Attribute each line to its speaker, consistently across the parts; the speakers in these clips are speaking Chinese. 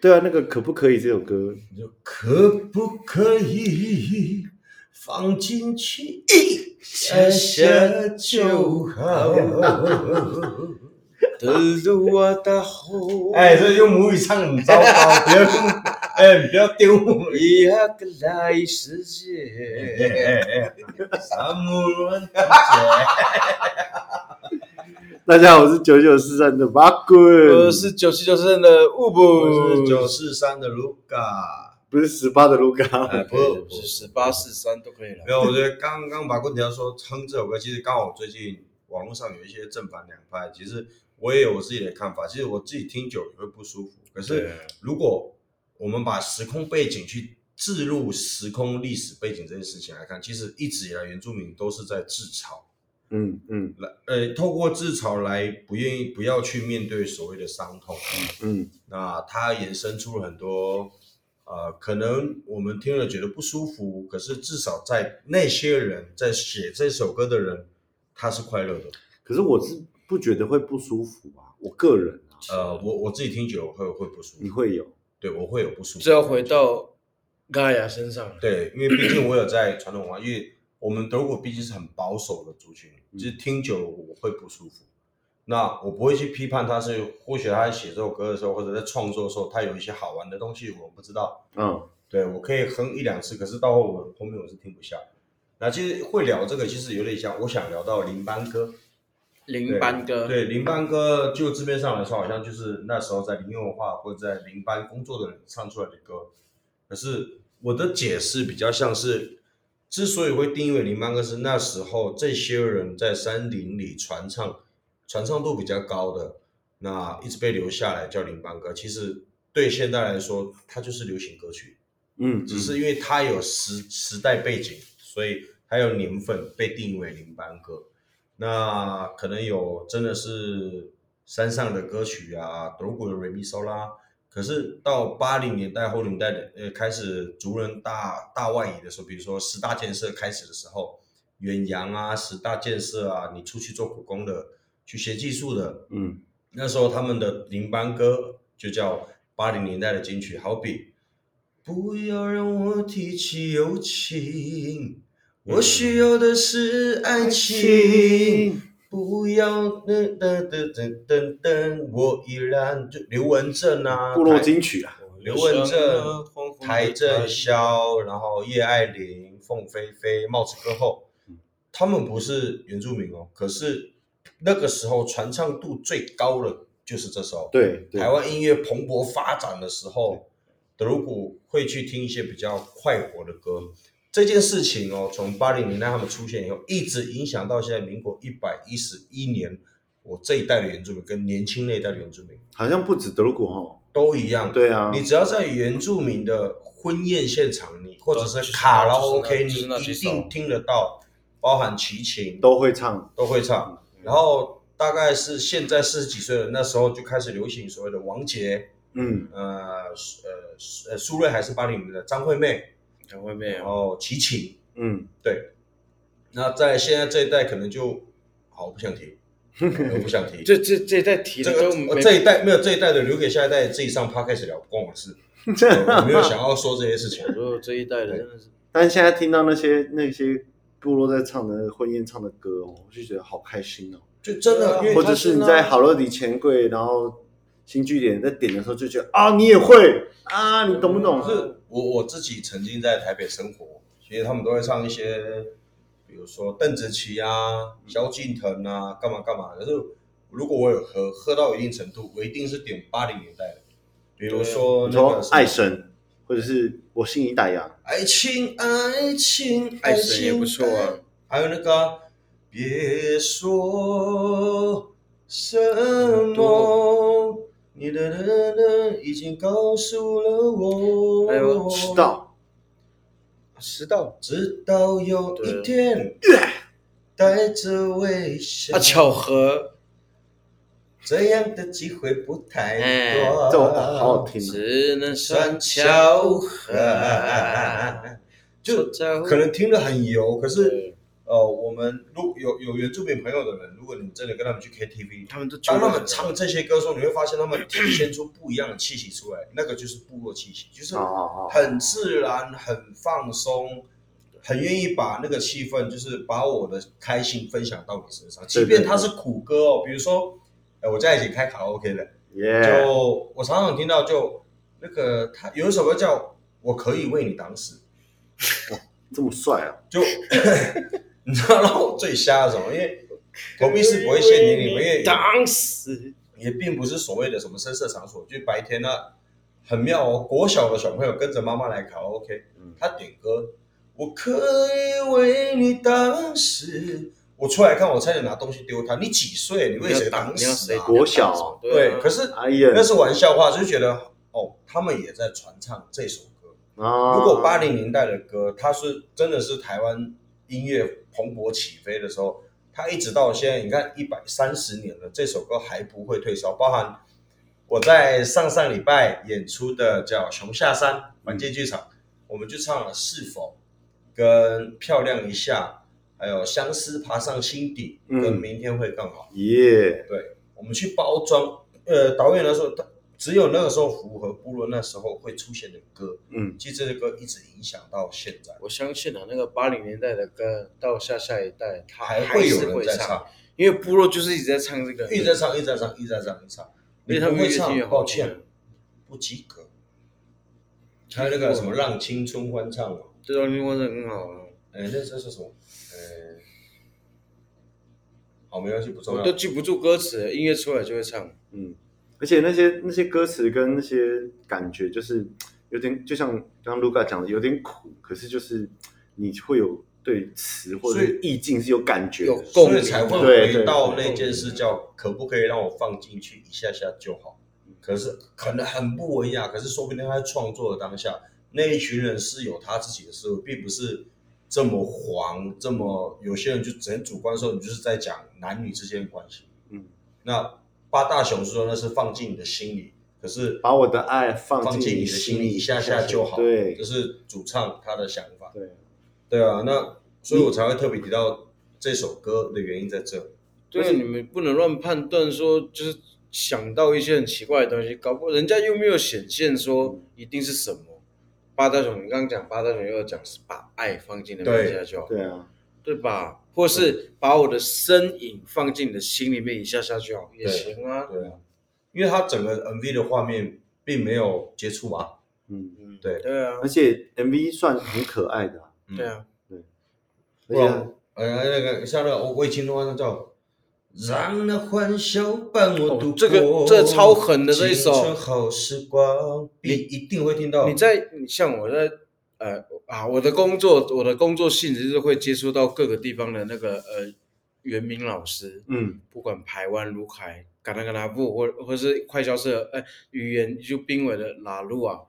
Speaker 1: 对啊，那个可不可以这首歌？
Speaker 2: 你说可不可以放进去一下下就 好？
Speaker 3: 投入我的火，
Speaker 2: 哎，这用母语唱很糟 糕，不要用，哎，不要丢母语。
Speaker 3: 一个来世
Speaker 2: 哎
Speaker 3: 界。
Speaker 2: 哎哎，萨姆伦姐，
Speaker 1: 大家好，我是九九四三的马
Speaker 3: 我
Speaker 1: 滚，
Speaker 3: 是九七九四的雾布，
Speaker 2: 我是九四三的卢卡。
Speaker 1: 不是十八的卢卡？
Speaker 3: 哎，不是不是十八四三都可以了
Speaker 2: 没。有，我觉得刚刚把棍条说哼这首歌，其实刚好最近网络上有一些正反两派，其实我也有我自己的看法。其实我自己听久也会不舒服，可
Speaker 3: 对
Speaker 2: 是如果我们把时空背景去置入时空历史背景这件事情来看，其实一直以来原住民都是在自嘲，
Speaker 1: 嗯嗯
Speaker 2: 来呃，透过自嘲来不愿意不要去面对所谓的伤痛。
Speaker 1: 嗯，
Speaker 2: 那它衍生出了很多，呃，可能我们听了觉得不舒服，可是至少在那些人在写这首歌的人，他是快乐的。
Speaker 1: 可是我是不觉得会不舒服啊，我个人啊，
Speaker 2: 呃，我我自己听久了会会不舒
Speaker 1: 你
Speaker 2: 服，
Speaker 1: 会有
Speaker 2: 对我会有不舒服。
Speaker 3: 这要回到盖亚身上了。
Speaker 2: 对，因为毕竟我有在传统文化，因为我们德国毕竟是很保守的族群，
Speaker 1: 嗯
Speaker 2: 就是听久了我会不舒服。那我不会去批判他是，或许他在写这首歌的时候，或者在创作的时候，他有一些好玩的东西，我们不知道。
Speaker 1: 嗯
Speaker 2: 对我可以哼一两次，可是到后我后面我是听不下。那其实会聊这个，其实有点像我想聊到林班哥。
Speaker 3: 林班哥，
Speaker 2: 对林班哥，就字面上来说，好像就是那时候在林业文化或者在林班工作的人唱出来的歌。可是我的解释比较像是，之所以会定义为林班哥，是那时候这些人在山林里传唱，传唱度比较高的，那一直被留下来叫林班哥。其实对现在来说，它就是流行歌曲。
Speaker 1: 嗯，
Speaker 2: 只是因为它有时时代背景，所以它有年份被定义为林班歌。那可能有真的是山上的歌曲啊，德国的 r e m i s o 啦。可是到八零年代后年代的呃开始族人大大外移的时候，比如说十大建设开始的时候，远洋啊、十大建设啊，你出去做苦工的，去学技术的，
Speaker 1: 嗯
Speaker 2: 那时候他们的林班歌就叫八零年代的金曲，好比不要让我提起友情，我需要的是爱情。不要噔噔噔噔噔噔，我依然就刘文正啊，
Speaker 1: 部落
Speaker 2: 台
Speaker 1: 金曲啊，
Speaker 2: 刘文正、
Speaker 3: 黄昏的
Speaker 2: 邰正宵，然后叶爱玲、凤飞飞、帽子歌后，
Speaker 1: 嗯
Speaker 2: 他们不是原住民哦，可是那个时候传唱度最高的就是这首。，
Speaker 1: 对对
Speaker 2: 台，湾音乐蓬勃发展的时候，德鲁古会去听一些比较快活的歌。这件事情哦，从八零年代他们出现以后，一直影响到现在民国一百一十一年，我这一代的原住民跟年轻那一代的原住民
Speaker 1: 好像不止德鲁古哈，
Speaker 2: 都一样。
Speaker 1: 对啊，
Speaker 2: 你只要在原住民的婚宴现场，你或者是
Speaker 3: 就是
Speaker 2: 卡拉
Speaker 3: 就是那
Speaker 2: OK，
Speaker 3: 就是那
Speaker 2: 你
Speaker 3: 几
Speaker 2: 一
Speaker 3: 首
Speaker 2: 定听得到，包含齐秦
Speaker 1: 都会唱，
Speaker 2: 都会唱。然后大概是现在四十几岁了，那时候就开始流行所谓的王杰，
Speaker 1: 嗯
Speaker 2: 呃呃呃苏芮还是八零年的张惠妹，
Speaker 3: 小惠妹
Speaker 2: 然
Speaker 3: 哦，
Speaker 2: 后齐秦。
Speaker 1: 嗯，
Speaker 2: 对，那在现在这一代可能就好，我不想提，我不想提。
Speaker 3: 这这这在提
Speaker 2: 这
Speaker 3: 的
Speaker 2: 个
Speaker 3: 都没
Speaker 2: 呃这一代没有这一代的留给下一代自己上 podcast 聊，不关我的事。我没有想要说这些事情。
Speaker 3: 我说这一代的真的是
Speaker 1: 但现在听到那些那些部落在唱的那个婚宴唱的歌哦，我就觉得好开心哦。
Speaker 2: 就真
Speaker 3: 对
Speaker 2: 的，
Speaker 3: 啊
Speaker 2: 因为
Speaker 1: 或者
Speaker 2: 他
Speaker 1: 是你在好乐迪钱柜，然后新据点在点的时候就觉得啊，你也会啊，你懂不懂？
Speaker 2: 是我我自己曾经在台北生活，其实他们都会唱一些，比如说邓紫棋啊、萧敬腾啊，干嘛干嘛。可是如果我有喝喝到一定程度，我一定是点八零年代的，比如说
Speaker 1: 你
Speaker 2: 那
Speaker 1: 说
Speaker 2: 个什么
Speaker 1: 爱神，或者是我信你歹呀，
Speaker 2: 爱情爱情
Speaker 3: 爱神也不错啊，
Speaker 2: 还有那个啊别说什么
Speaker 3: 嗯多。
Speaker 2: 你的的的已经告诉了我，
Speaker 3: 还有
Speaker 1: 知道
Speaker 3: 知道
Speaker 2: 直到有一天，带着微笑。
Speaker 3: 啊，巧合，
Speaker 2: 这样的机会不太多。
Speaker 3: 哎
Speaker 1: 这我好好听
Speaker 2: 嗯
Speaker 1: 啊，
Speaker 3: 只能
Speaker 2: 算
Speaker 3: 算
Speaker 2: 巧
Speaker 3: 巧
Speaker 2: 合
Speaker 3: 合。，
Speaker 2: 就
Speaker 3: 就
Speaker 2: 可能听得很油，可是
Speaker 3: 对
Speaker 2: 呃，我们如有有原住民朋友的人，如果你真的跟他们去 KTV，
Speaker 3: 他们都
Speaker 2: 当他
Speaker 3: 觉得
Speaker 2: 们唱这些歌的时候，你会发现他们体现出不一样的气息出来，那个就是部落气息，就是
Speaker 1: 好好好，
Speaker 2: 很自然、很放松，很愿意把那个气氛，就是把我的开心分享到你身上，
Speaker 1: 对
Speaker 2: 即
Speaker 1: 对
Speaker 2: 便它是苦歌哦，比如说，哎，我家以前开卡拉 OK 的，
Speaker 1: 耶，
Speaker 2: 就我常常听到就那个他有一首歌叫“我可以为你挡死”，
Speaker 1: 这么帅啊！
Speaker 2: 就 你知道，然后最瞎的是什么？因为投币是不会限定你们，因为
Speaker 3: 当时
Speaker 2: 也并不是所谓的什么深色场所，就是白天呢、很妙哦。国小的小朋友跟着妈妈来卡拉 OK，
Speaker 1: 嗯
Speaker 2: 他点歌，我可以为你挡死。我出来看，我差点拿东西丢他。你几岁？你为谁挡
Speaker 3: 你要
Speaker 2: 死
Speaker 3: 谁
Speaker 2: 啊？
Speaker 1: 国小
Speaker 2: 对，
Speaker 3: 啊
Speaker 2: 可是
Speaker 1: 哎呀，
Speaker 2: 那是玩笑话，就觉得哦，他们也在传唱这首歌。
Speaker 1: 啊，
Speaker 2: 如果八零年代的歌，它是真的是台湾音乐蓬勃起飞的时候，它一直到现在，你看一百三十年了，这首歌还不会退烧。包含我在上上礼拜演出的叫《熊下山环境剧场》，我们就唱了《是否》跟《漂亮一下》，还有《相思爬上心底》跟《
Speaker 1: 嗯
Speaker 2: 明天会更好》。
Speaker 1: 耶，
Speaker 2: 我们去包装，呃，导演那时候他只有那个时候符合部落那时候会出现的歌。
Speaker 1: 嗯，
Speaker 2: 其实这首歌一直影响到现在，
Speaker 3: 我相信啊，那个八零年代的歌到下下一代，他
Speaker 2: 还
Speaker 3: 会
Speaker 2: 会有人在
Speaker 3: 唱，
Speaker 2: 唱，
Speaker 3: 因为部落就是一直在唱这个，
Speaker 2: 一直在唱，一直在唱，一直在唱，一直在唱。
Speaker 3: 因
Speaker 2: 你
Speaker 3: 为他
Speaker 2: 不
Speaker 3: 们
Speaker 2: 会
Speaker 3: 越听越
Speaker 2: 唱，
Speaker 3: 好嗯
Speaker 2: 抱歉，不及格。还有那个什么《让青春欢唱》哦，
Speaker 3: 这张军风是很好啊，
Speaker 2: 哎，那这是什么？呃，好，没关系，不重
Speaker 3: 我
Speaker 2: 要
Speaker 3: 都。记不
Speaker 2: 啊
Speaker 3: 住歌词，音乐出来就会唱。
Speaker 1: 嗯，而且那些那些歌词跟那些感觉，就是有点，就像刚刚 Luca 讲的，有点苦，可是就是你会有对词或者
Speaker 2: 所以
Speaker 1: 是意境是有感觉
Speaker 3: 有
Speaker 1: 的，
Speaker 3: 共
Speaker 2: 所以
Speaker 3: 鸣
Speaker 2: 才
Speaker 1: 对
Speaker 2: 会
Speaker 1: 对
Speaker 2: 回到
Speaker 1: 对
Speaker 2: 那件事，叫可不可以让我放进去一下下就好。可是可能很不文雅，可是说不定他在创作的当下，那一群人是有他自己的思维，并不是这么黄，这么有些人就只能主观说，你就是在讲男女之间的关系。
Speaker 1: 嗯，
Speaker 2: 那八大雄说那是放进你的心里，可是
Speaker 1: 把我的爱放
Speaker 2: 放进你的心
Speaker 1: 心
Speaker 2: 里
Speaker 1: 里
Speaker 2: 一下下就好，
Speaker 1: 对
Speaker 2: 这是主唱他的想法。
Speaker 1: 对，
Speaker 2: 对啊，那所以我才会特别提到这首歌的原因在这。
Speaker 3: 对啊，你们不能乱判断说，就是想到一些很奇怪的东西，搞不，人家又没有显现说一定是什么。八大雄，你刚刚讲八大雄又要讲是把爱放进了
Speaker 2: 对
Speaker 3: 面下哦就好，
Speaker 1: 对啊，
Speaker 3: 对
Speaker 2: 嗯
Speaker 3: 吧？或是把我的身影放进你的心里面一下下就好，也
Speaker 2: 对
Speaker 3: 行啊。
Speaker 2: 对啊，因为它整个 MV 的画面并没有接触啊，
Speaker 1: 嗯，
Speaker 3: 嗯，
Speaker 2: 对
Speaker 3: 对啊
Speaker 1: 而，且 MV 算很可爱的啊，
Speaker 2: 嗯
Speaker 3: 对，啊，
Speaker 1: 而
Speaker 2: 不
Speaker 1: 且
Speaker 2: 然呃那个像那个我我以前的话那叫。让那欢笑伴我度过、
Speaker 3: 哦这个这超狠的这一首
Speaker 2: 青春好时光，你一定会听到。
Speaker 3: 你在你像我在呃啊，我的工作我的工作性质就是会接触到各个地方的那个呃原名老师，
Speaker 1: 嗯
Speaker 3: 不管台湾、卢凯、嘎达嘎达布，或或是快消社，哎、语言就濒危的拉路啊，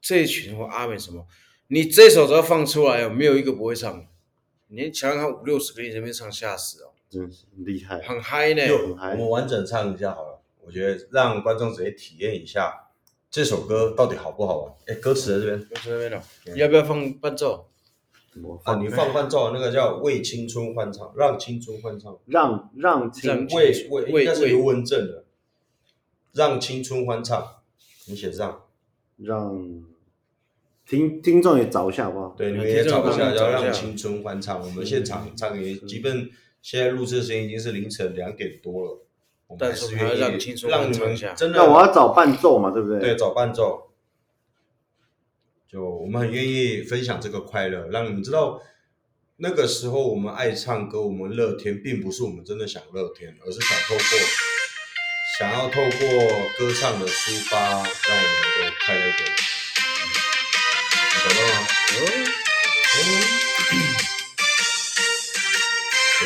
Speaker 3: 这一群或阿美什么，你这首只要放出来哦，没有一个不会唱的。你想想看，五六十个人在那边唱，吓死哦，
Speaker 1: 真是厉害，
Speaker 3: 很嗨呢。
Speaker 2: 就我们完整唱一下好了，我觉得让观众直接体验一下这首歌到底好不好玩。哎，歌词在这边，
Speaker 3: 就在那边了，
Speaker 2: 对
Speaker 3: 要不要放伴奏？
Speaker 1: 怎么
Speaker 2: 啊，
Speaker 1: 放
Speaker 2: 你放伴奏，那个叫为青春欢唱，让青春欢唱。
Speaker 1: 让让青
Speaker 3: 让
Speaker 2: 为为
Speaker 3: 为
Speaker 2: 应该是
Speaker 3: 为
Speaker 2: 刘文正的，让青春欢唱，你写上，
Speaker 1: 让听听众也找一下好不好？
Speaker 2: 对，你们
Speaker 3: 听
Speaker 2: 也
Speaker 3: 众
Speaker 2: 找不
Speaker 3: 啊帮
Speaker 2: 下，
Speaker 3: 忙
Speaker 2: 要
Speaker 3: 找一
Speaker 2: 让
Speaker 3: 下
Speaker 2: 青春欢唱。我们现场唱给，即便现在录制的时间已经是凌晨两点多了，我们
Speaker 3: 但
Speaker 2: 还
Speaker 3: 是
Speaker 2: 是
Speaker 3: 我们还
Speaker 2: 愿意
Speaker 3: 要让青春
Speaker 2: 让
Speaker 3: 欢
Speaker 2: 你
Speaker 3: 唱
Speaker 2: 们
Speaker 3: 一下
Speaker 2: 真的，
Speaker 1: 那我要找伴奏嘛，对不对？
Speaker 2: 对，找伴奏，就我们很愿意分享这个快乐，让你们知道。那个时候我们爱唱歌，我们乐天，并不是我们真的想乐天，而是想透过想要透过歌唱的抒发，让我们能够快乐一点。嗯，你找到了吗？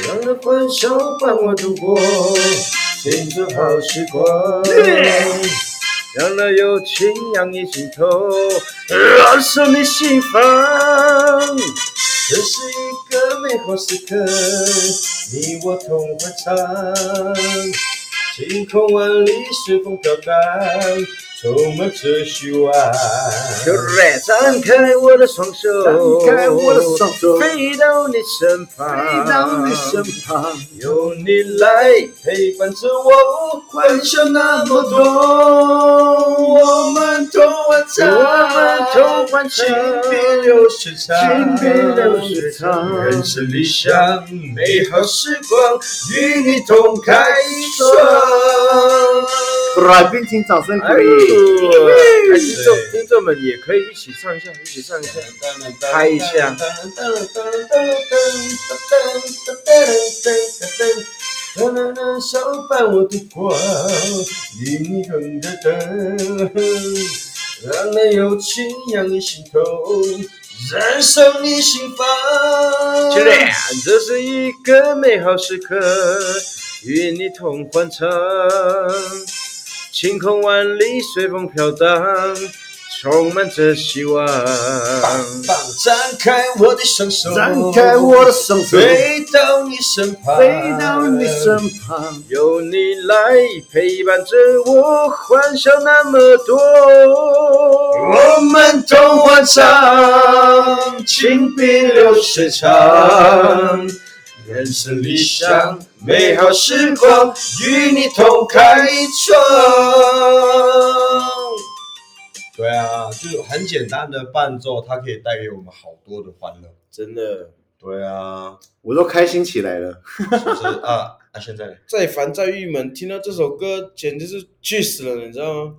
Speaker 2: 让那欢笑伴我度过青春好时光，让那友情洋溢心头，燃烧你心房。这是一个美好时刻，你我同欢唱。晴空万里，随风飘荡，充满着希望。
Speaker 3: 就来张开我的双手，
Speaker 1: 张开我的双手
Speaker 3: 飞到你身旁，
Speaker 1: 飞到你身旁，
Speaker 2: 有你来陪伴着我，欢笑那么多，我们同欢唱，
Speaker 1: 我们同欢唱
Speaker 2: 情比流水长，
Speaker 1: 情比流水长
Speaker 2: 人生理想，美好时光与你同开创。
Speaker 1: 来，宾请掌声鼓
Speaker 3: 哎
Speaker 1: 励。
Speaker 3: 哎听众听众们也可以一起唱一下，一起唱一下。拍一下。
Speaker 2: 手伴我度过灵魂的灯，让那友情让你心头，燃烧你心房。
Speaker 3: 起来，这是一个美好时刻，与你同欢唱。晴空万里，随风飘荡，充满着希望。
Speaker 2: 棒，张开我的双手，
Speaker 1: 张开我的双手，飞
Speaker 2: 飞到你身旁，
Speaker 1: 到你身旁，
Speaker 3: 有你来陪伴着我，欢笑那么多。
Speaker 2: 我们同欢唱，情比流水长。人生理想，美好时光与你同开创。对啊，就是很简单的伴奏，它可以带给我们好多的欢乐。
Speaker 3: 真的，
Speaker 2: 对啊，
Speaker 1: 我都开心起来了。
Speaker 2: 就是啊啊，现在
Speaker 3: 再烦再郁闷，听到这首歌简直是气死了，你知道吗？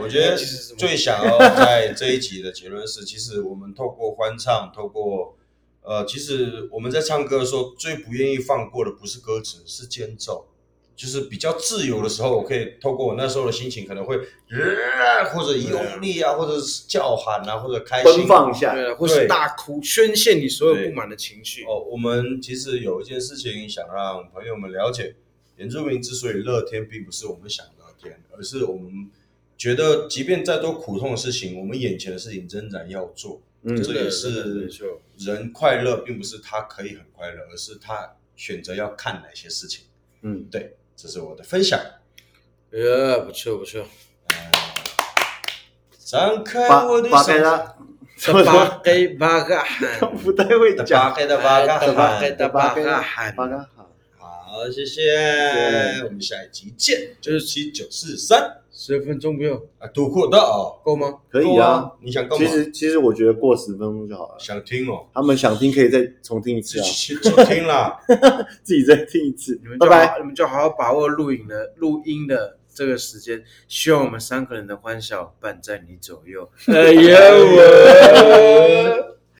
Speaker 2: 我觉得最想要在这一集的结论是，其实我们透过欢唱，透过呃，其实我们在唱歌的时候，最不愿意放过的不是歌词，是间奏。就是比较自由的时候，我可以透过我那时候的心情，可能会、呃、或者用力啊，或者是叫喊啊，或者开心
Speaker 1: 奔放一下，
Speaker 3: 对了，或是
Speaker 2: 对
Speaker 3: 大哭，宣泄你所有
Speaker 2: 对
Speaker 3: 不满的情绪。
Speaker 2: 哦，我们其实有一件事情想让朋友们了解，原住民之所以乐天，并不是我们想乐天，而是我们觉得，即便再多苦痛的事情，我们眼前的事情仍然要做。
Speaker 1: 嗯
Speaker 2: 这也
Speaker 3: 真的
Speaker 2: 是
Speaker 3: 没错
Speaker 2: 人快乐，并不是他可以很快乐，而是他选择要看哪些事情。
Speaker 1: 嗯，
Speaker 2: 对，这是我的分享。
Speaker 3: 呃，不错不错，
Speaker 2: 张开
Speaker 1: 巴
Speaker 2: 我的
Speaker 1: 巴
Speaker 2: 手
Speaker 1: 盖，拉，什么什
Speaker 3: 巴
Speaker 1: 么，
Speaker 3: 给巴嘎
Speaker 1: 我
Speaker 3: 喊，
Speaker 1: 不太会
Speaker 2: 巴
Speaker 1: 讲。
Speaker 2: 开的巴嘎
Speaker 3: 巴巴
Speaker 2: 喊。
Speaker 3: 的巴嘎喊，
Speaker 1: 巴盖好，
Speaker 2: 好，谢谢，我们下一集见，就是七九四三
Speaker 3: 十分钟不用
Speaker 2: 啊，读库的哦。
Speaker 3: 够吗？
Speaker 1: 可以
Speaker 2: 够
Speaker 1: 啊。，
Speaker 2: 你想干嘛？
Speaker 1: 其实其实我觉得过十分钟就好了。
Speaker 2: 想听哦，
Speaker 1: 他们想听可以再重听一次
Speaker 2: 去
Speaker 1: 啊，
Speaker 2: 去去听啦。
Speaker 1: 自己再听一次
Speaker 3: 你们。
Speaker 1: 拜
Speaker 3: 就
Speaker 1: 拜
Speaker 3: 好，。你们就好好把握录影的录音的这个时间。希 望我们三个人的欢笑伴在你左右。哎呀我。